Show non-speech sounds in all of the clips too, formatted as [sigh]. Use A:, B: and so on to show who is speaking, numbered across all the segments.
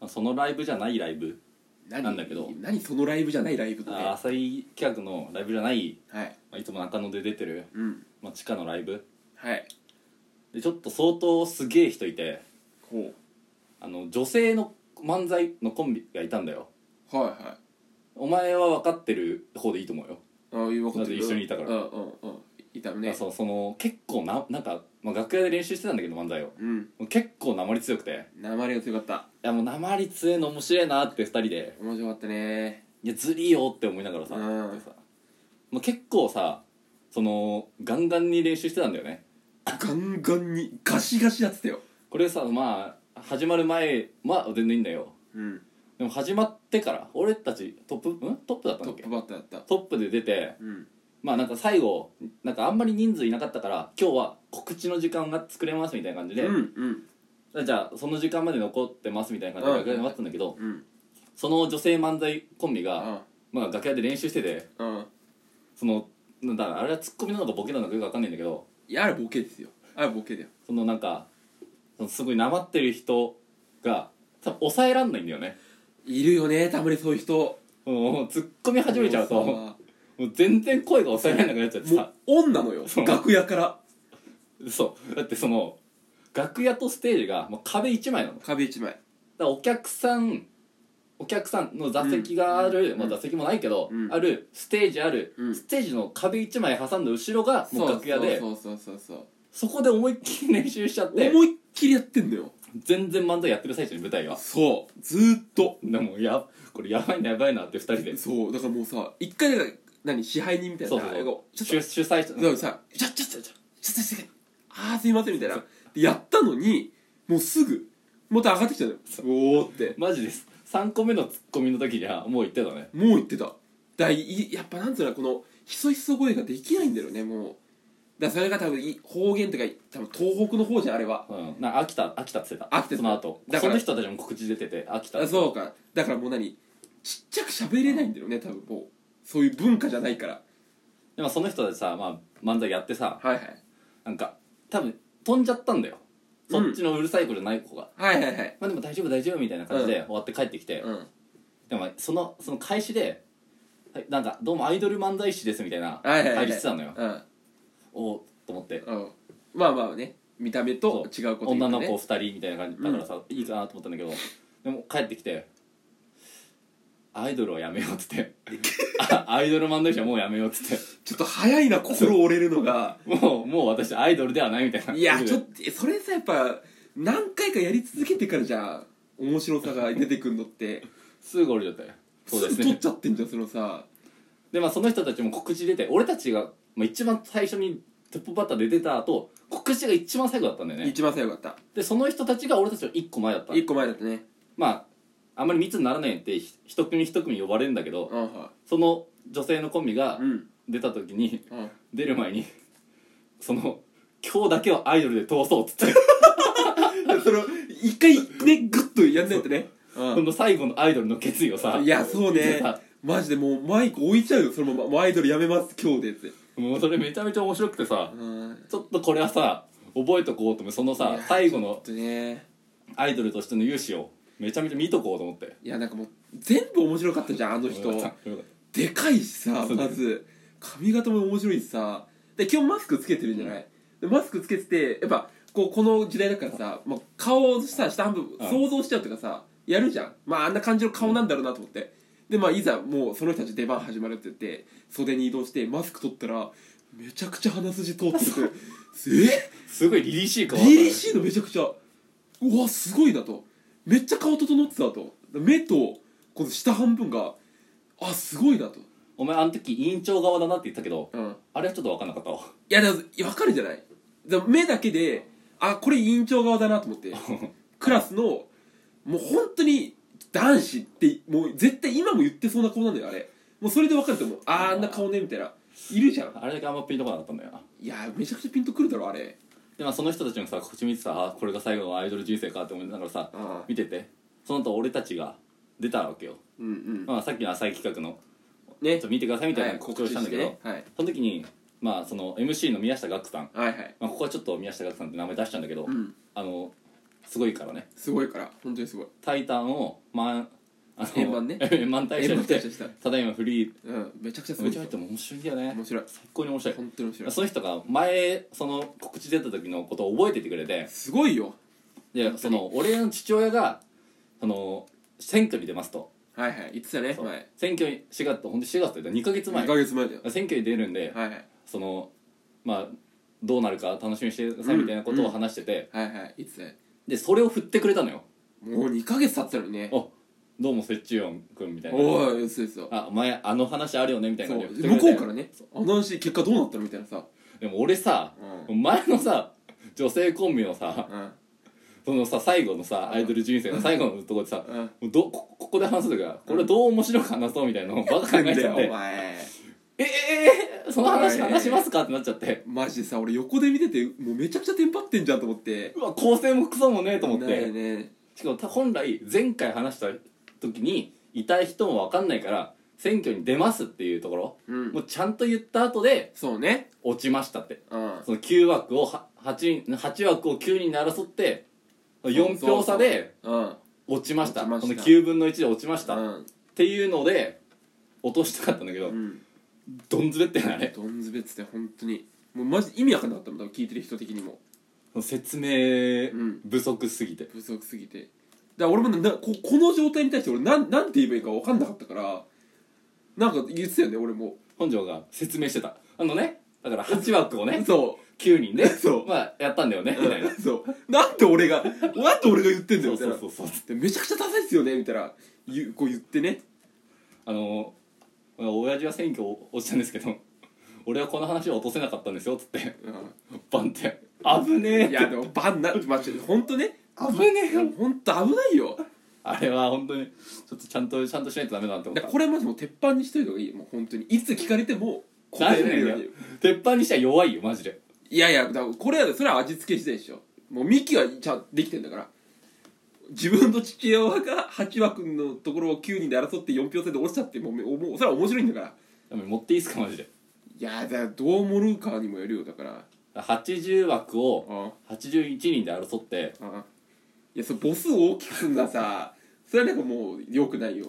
A: まあそのライブじゃないライブ
B: 何
A: なんだけど
B: 何そのライブじゃないライブって
A: あー
B: は
A: 浅井企画のライブじゃない、
B: い
A: まあ、いつも中野で出てる、
B: うん
A: まあ、地下のライブ
B: はい
A: でちょっと相当すげえ人いて
B: こ
A: あの女性の漫才のコンビがいたんだよ
B: うはいはい
A: お前は分かってる方でいいと思うよ
B: ああいうこと
A: だって一緒にいたから
B: うんうんうんいた
A: ま
B: ね
A: あそうその結構ななんか、まあ、楽屋で練習してたんだけど漫才を
B: うん
A: もう結構鉛強くて
B: 鉛が強かった
A: いやもう鉛強えの面白いなって2人で
B: 面白かったね
A: いやずりーよって思いながらさ,、
B: うん
A: さまあ、結構さそのガンガンに練習してたんだよね
B: ガンガンにガシガシやってたよ
A: これさまあ始まる前まあ全然いいんだよ
B: うん
A: でも始まってから俺たちトップんトップだったんだ
B: ト
A: っ
B: ッ
A: け
B: プバッターだった
A: トップで出て
B: うん
A: まあなんか最後なんかあんまり人数いなかったから今日は告知の時間が作れますみたいな感じで、
B: うんうん
A: じゃあその時間まで残ってますみたいな感じで楽屋で待ってたんだけど、
B: うん
A: その女性漫才コンビが、
B: あ
A: まあ、楽屋で練習してて
B: あうん
A: そのなんだあれはツッコミなのかボケなのかよく分かんないんだけど
B: いやあれボケですよあれボケだよ
A: そのなんかそのすごいなまってる人が多分抑えらんないんだよね
B: いるよねたまにそういう人
A: もうツッコミ始めちゃうとも
B: も
A: う全然声が抑えられなくなっちゃって
B: う
A: さ
B: オンなのよ
A: そう
B: 楽屋から
A: そうだってその楽屋とステージがもう壁1枚なのだか
B: 壁一枚
A: らお客さんお客さんの座席がある、
B: うん
A: まあ、座席もないけど、
B: うん
A: あるステージある、
B: うん
A: ステージの壁1枚挟んで後ろがもう楽屋で
B: そうそうそうそうそう
A: そこで思いっきり練習しちゃって
B: 思いっきりやってんのよ
A: 全然漫才やってる最中に舞台が
B: そうずーっと
A: でもやこれやばいなやばいなって2人で
B: そうだからもうさ一回だから何支配人みたいな
A: そうそう
B: あれがちょっと
A: 主主催者
B: だからさ「ちょちょちょちょちょちょちょああすいません」みたいなでやったのにもうすぐまた上がってきたのよおおって
A: マジです3個目のツッコミの時にはもう言ってたね
B: もう言ってただいやっぱなんつうのこのひそひそ声ができないんだよねもうだからそれが多分い方言とか多分東北の方じゃんあれは
A: うんなんか秋田秋田って言ってた
B: 秋田
A: その後
B: だか
A: そ
B: ら
A: の人たちも告知出てて秋田
B: あそうかだからもう何ちっちゃく喋れないんだよね多分もうそういう文化じゃないから
A: でもその人たちさ、まあ、漫才やってさ
B: はいはい
A: なんか多分飛んじゃったんだよそっちのうるさい子じゃない子が、
B: はいはいはい
A: まあでも大丈夫大丈夫みたいな感じで終わって帰ってきて、
B: うん
A: でもそのその開始ではいなんかどうもアイドル漫才師ですみたいな
B: はいはいは
A: 入
B: い
A: りしてたのよ、
B: うん
A: おーっと思って
B: うんまあまあね見た目と違うこと言
A: 女
B: うと
A: の
B: ね
A: 子2人みたいな感じだからさ、いいかなと思ったんだけどでも帰ってきて「アイドルはやめよう」っつって
B: [laughs]
A: 「あアイドル漫才師はもうやめよう」っつって
B: ちょっと早いな心折れるのが
A: 「もうもう私アイドルではない」みたいないい
B: やちょっとそれさやっぱ何回かやり続けてからじゃ面白さが出てくるのって
A: すぐ折れちゃったよそうですす
B: ぐ取っ
A: ね
B: ちゃってんじゃんそのさ
A: でまあその人たちも告知出て俺たちが、まあ、一番最初にトップバッターで出た後告知が一番最後だったんだよね
B: 一番最後だった
A: でその人たちが俺たちの1個前だった
B: 一個前だったね
A: まああんまり密にならないようにってひ一組一組呼ばれるんだけど、
B: うんは
A: その女性のコンビが
B: いうん
A: 出た時に
B: うん
A: 出る前にその今日だけはアイドルで通そうっつって
B: それを一回ねグッとやんないとね
A: その最後のアイドルの決意をさ
B: うんいやそう
A: 見て
B: ね
A: さ
B: マジでもうマイク置いちゃうよそのままもうアイドルやめます今日でって
A: もうそれめちゃめちゃ面白くてさ
B: うん
A: ちょっとこれはさ覚えとこうと思ってその
B: い
A: さ
B: や
A: 最後の
B: ちょっとね
A: アイドルとしての勇姿をめちゃめちゃ見とこうと思って
B: いやなんかもう全部面白かったじゃんあの人
A: よかったよかっ
B: でかいしさ
A: そうだ
B: ま
A: よ
B: ず髪型も面白いしさで基本マスクつけてるじゃない、でマスクつけててやっぱこうこの時代だからさ、まあ、顔をさ下半分
A: うん
B: 想像しちゃうとかさやるじゃんまああんな感じの顔なんだろうなと思ってでまあいざもうその人たち出番始まるって言って袖に移動してマスク取ったらめちゃくちゃ鼻筋通って
A: [laughs]
B: てえ
A: たすごい凛々しい顔だったね
B: DDC のめちゃくちゃうわすごいなとめっちゃ顔整ってたと目とこの下半分があすごいなと
A: お前あの時委員長側だなって言ったけど
B: うん
A: あれはちょっと分かんなかったわ
B: いやでも分かるじゃないでも目だけであこれ委員長側だなと
A: [laughs]
B: 思ってクラスのもう本当に男子ってもう絶対今も言ってそうな顔なんだよあれもうそれで分かると思うあーあんな顔ねみたいないるじゃん
A: あれだけあんまピンとこなかったんだよない
B: やめちゃくちゃピンとくるだろあれ
A: でまあその人たちのさ口見てさあこれが最後のアイドル人生かって思いながらさ
B: あ
A: 見ててその後俺たちが出たわけよ、
B: うんうん
A: まあ、さっきの浅い企画の「ちょ
B: ね
A: っと見てください」みたい
B: は
A: ない告知をしたんだけど、
B: 告知してねはい
A: その時に、まあ、その MC の宮下岳さん、
B: はいはい
A: まあ、ここはちょっと宮下岳さんって名前出しちゃうんだけど、
B: うん
A: あのすごいからね
B: すごいから本当にすごい
A: 「タイタンを」満あの
B: 円満ね
A: [laughs] 円満退社
B: 円満
A: し
B: 退社してた
A: ただいまフリー
B: うんめちゃくちゃすご
A: め
B: い
A: ちゃめちゃ面白いんだよね
B: 面白い
A: 最高に面白い
B: 本当に面白い
A: そういう人が前その告知出た時のことを覚えててくれて
B: すごいよ
A: でその俺の父親がその選挙に出ますと
B: はいはい言ってたね
A: そう
B: 前
A: 選挙に4月ほんと4月というと2ヶ月前
B: 2ヶ月前だよ
A: 選挙に出るんで、
B: はいはい
A: そのまあどうなるか楽しみにしてくださいみたいなことを話してて、
B: はいはい言ってたね
A: でそれを振ってくれたのよ
B: もう2ヶ月経ったのに
A: 「
B: ね
A: あどうもセッチュヨン君」みたいな
B: おいそうそう
A: 「あお前あの話あるよね」みたいな
B: そ
A: 感
B: う
A: じで
B: 向こうかららねあの話結果どうなったのみたいなさ
A: でも俺さ
B: う
A: 前のさ女性コンビのさ
B: うん
A: そのさ最後のさアイドル人生の最後のとこでさ
B: うん
A: もうどこここで話すときはこれどう面白く話そうみたいなのをバカ考えちゃっ
B: お
A: て
B: 前
A: 「ええええその話話しますか?」ってなっちゃって
B: マジでさ俺横で見ててもうめちゃくちゃテンパってんじゃんと思って
A: うわ構成もクソもねえと思っ
B: ないよ
A: て
B: ね
A: しかもた本来前回話した時にいたい人も分かんないから選挙に出ますっていうところ、
B: うん
A: もうちゃんと言った後で
B: そうね
A: 落ちましたって
B: うん
A: その9枠を 8, 8枠を9人で争って4
B: そう
A: 票差で
B: うん
A: 落ちました
B: 落ちました
A: この9分の1で落ちました、
B: う
A: っ
B: ん
A: ていうので落としたかったんだけど、
B: うん
A: どんずれってんだね
B: ドンズベッツって本当にもうマジ意味わかんなかったもん多分聞いてる人的にも
A: 説明
B: うん
A: 不足すぎて、
B: 不足すぎてだから俺もなここの状態に対して俺なんなんて言えばいいか分かんなかったからなんか言ってたよね俺も
A: 本庄が説明してたあのねだから8枠をね
B: そ
A: 9人で、
B: そう
A: まあやったんだよね
B: う
A: みたいな
B: そうなんで俺がなんで俺が言ってんだよ
A: そう
B: みたい
A: そう
B: な
A: そうそう
B: でめちゃくちゃダサいっすよねみたいな言うこう言ってね
A: あのまあ親父は選挙を落ちたんですけど俺はこの話を落とせなかったんですよっつってバンって危ねえ
B: いやでもバンなマジで本当ね
A: 危ねえよ
B: 本当危ないよ
A: あれは本当にちょっとちゃんとちゃんとしないとダメだなって思
B: だ
A: っ
B: か
A: た
B: らこれはまずもう鉄板にしといた方がいいよもう本当にいつ聞かれても
A: 大
B: 答
A: 丈
B: えら
A: 夫
B: れるよ
A: だ
B: うに
A: よ鉄板にしては弱いよマジで
B: いやいやだからこれはそれは味付け次第でしょもうミキはちゃんできてんだから自分の父親が8枠のところを9人で争って4票差で落ちたってもうもうそれは面白いんだから
A: でも持っていいっすかマジで
B: いやだからどう思うかにもよるよだから
A: 80枠を
B: あ
A: 81人で争って
B: ああいやそれ母数を大きくすんださ [laughs] それはなんかもう良くないよ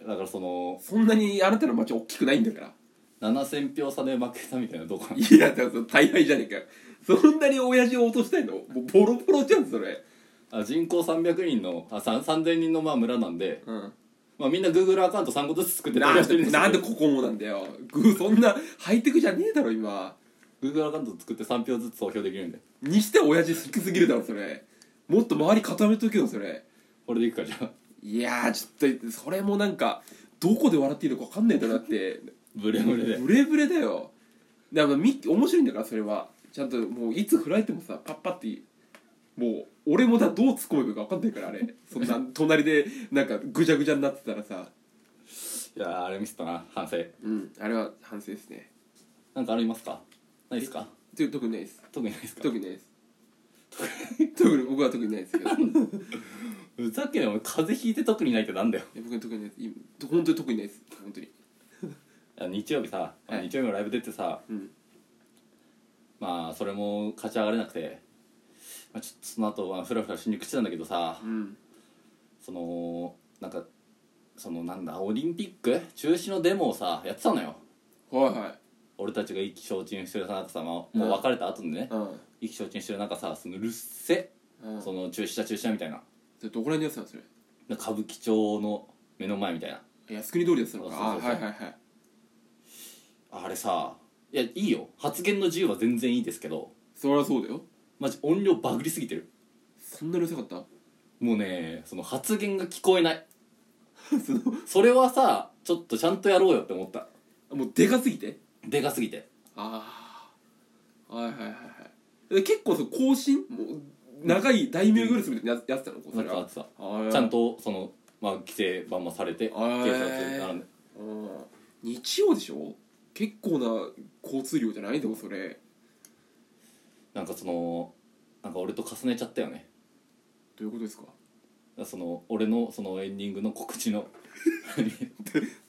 A: だからその
B: そんなにあなたの町大きくないんだから
A: 7000票差で負けたみたいなどこかない
B: やだからその大敗じゃねえかそんなに親父を落としたいのもうボロボロじゃんそれ
A: あ人口300人のあさん3000人のまあ村なんで、
B: うん
A: まあ、みんな Google アカウント3個ずつ作って投
B: な
A: 票
B: ん
A: してるん
B: で
A: ですよ
B: なんでここもなんだよグーそんなハイテクじゃねえだろ今
A: Google アカウント作って3票ずつ投票できるんで
B: にしては親父好きすぎるだろそれもっと周り固めとけよそれ
A: これでいくかじゃあ
B: いやーちょっとそれもなんかどこで笑っていいのか分かんないんだなって
A: ブレブレで
B: ブレブレだよだからみ面白いんだからそれはちゃんともういつ振られてもさパッパってもう俺もだどう突っ込めばいいか分かんないからあれそん [laughs] な隣でなんかぐちゃぐちゃになってたらさ
A: いやーあれミスったな反省
B: うんあれは反省ですね
A: なんかありますかないですか
B: という特にないです
A: 特にないですか
B: 特にないです特に僕は特にな
A: [laughs]
B: いですけどいや
A: ふざけんなお前風邪ひいて特にないってなんだよ
B: 僕は特にないです今本当に特にないです本当に
A: あ日曜日さ、
B: はい
A: 日曜日のライブ出てさ
B: うん
A: まあそれも勝ち上がれなくて、まあ、ちょっとその後はフラフラしにくしてたんだけどさ、
B: うん
A: そのなんかそのなんだオリンピック中止のデモをさやってたのよ
B: はいはい
A: 俺たちが意気消沈してる中さ、まあ、もう別れた後にね
B: うん
A: 意気消沈してる中さそのうるっせ
B: うん
A: その中止だ中止だみたいな
B: でどこら辺でやってたのそれ
A: 歌舞伎町の目の前みたいな
B: 靖国通りでやってたのかあ
A: そう
B: ー
A: そうそ
B: は
A: う
B: いはいはい
A: あれさいやいいよ発言の自由は全然いいですけど
B: そりゃそうだよ
A: マジ音量バグりすぎてる
B: そんなにうるさかった
A: もうねその発言が聞こえない
B: その [laughs]
A: それはさちょっとちゃんとやろうよって思った
B: もうでかすぎて
A: でかすぎて
B: ああはいはいはいはいで結構その更新もう長い大名グルスみたいなやつやってたのこ
A: な
B: うそ
A: ん
B: れ
A: か
B: は
A: さ
B: あ
A: ちゃんとそのまあ規制版もされて警
B: あー
A: 察並んで
B: と日曜でしょ結構な交通量じゃないでもそれ
A: なんかそのなんか俺と重ねちゃったよね
B: どういうことですか
A: その俺のそのエンディングの告知の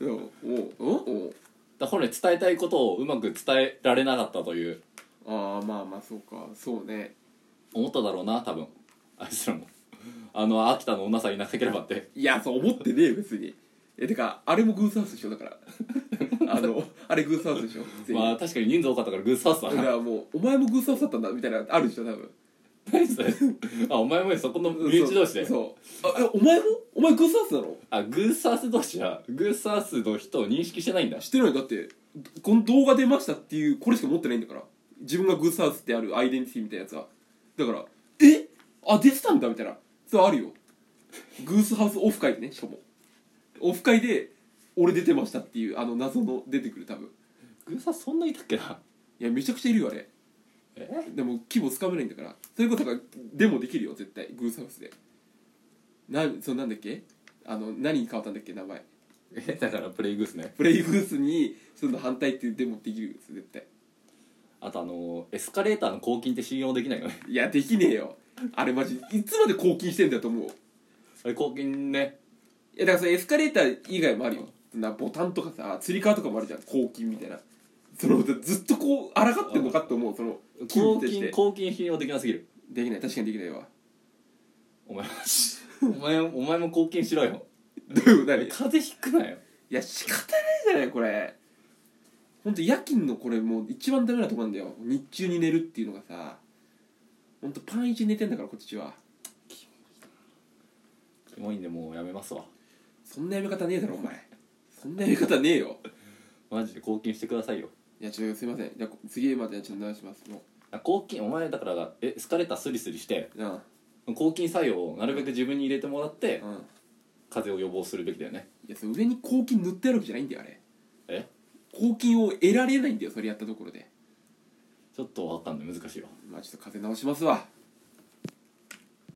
B: おうおう
A: だから本来伝えたいことをうまく伝えられなかったという
B: おああまあまあそうかそうね
A: 思っただろうな多分あいつらも [laughs] あの秋田の女さんいなければって
B: いやそう思ってねえ別にえてかあれもグースハウスでしょだから [laughs] あのあれグースハウスでしょ全員
A: まあ確かに人数多かったからグースハウスだ
B: だか
A: な
B: らもうお前もグースハウスだったんだみたいなのあるでしょ多分
A: 何それ [laughs] あお前もそこの身内同士で
B: そうあえお前もお前グースハウスなの
A: あグースハウス同士はグースハウスの人を認識してないんだ
B: 知ってるのにだってこの動画出ましたっていうこれしか持ってないんだから自分がグースハウスってあるアイデンティティみたいなやつはだからえあ出てたんだみたいなそうあるよグースハウスオフ会でねしかもオフ会で俺出てましたっていうあの謎の出てくる多分
A: グースハウスそんないたっけない
B: やめちゃくちゃいるよあれ
A: え
B: でも規模つかめないんだからそういうことがでもできるよ絶対グースハウスでなんそうなんだっけあの何に変わったんだっけ名前
A: えだからプレイグースね
B: プレイグースにその反対っていうデモできるよ絶対
A: あとあのエスカレーターの抗菌って信用できないよね [laughs]
B: いやできねえよあれマジいつまで抗菌してんだよと思うい
A: あれ抗菌ね
B: やだからさエスカレーター以外もあるよそんなボタンとかさつり革とかもあるじゃん抗菌みたいなそのずっとこう抗ってんのかって思うその
A: 抗
B: に
A: 菌
B: 対して
A: 抗菌信用できなすぎる
B: できない確かにできないわ
A: お前お前お前も抗菌しろよ
B: どういうこと何い
A: 風邪ひくなよ
B: や仕方ないじゃないこれほんと夜勤のこれもう一番ダメなとこなんだよ日中に寝るっていうのがさほんとパン一で寝てんだからこっちは
A: キモいんでもうやめますわ
B: そんなやめ方ねえだろお前そんなやめ方ねえよ
A: マジで抗菌してくださいよ
B: いやちょっとすいませんじゃあ次までちょっと流しますも
A: あ抗菌お前だからエスカレータースリスリして
B: ううん
A: 抗菌作用をなるべく自分に入れてもらって
B: うん
A: 風邪を予防するべきだよね
B: いやその上に抗菌塗ってあるわけじゃないんだよあれ
A: え
B: 抗菌を得られないんだよそれやったところで
A: ちょっとわかんない難しいわ
B: まあちょっと風邪直しますわ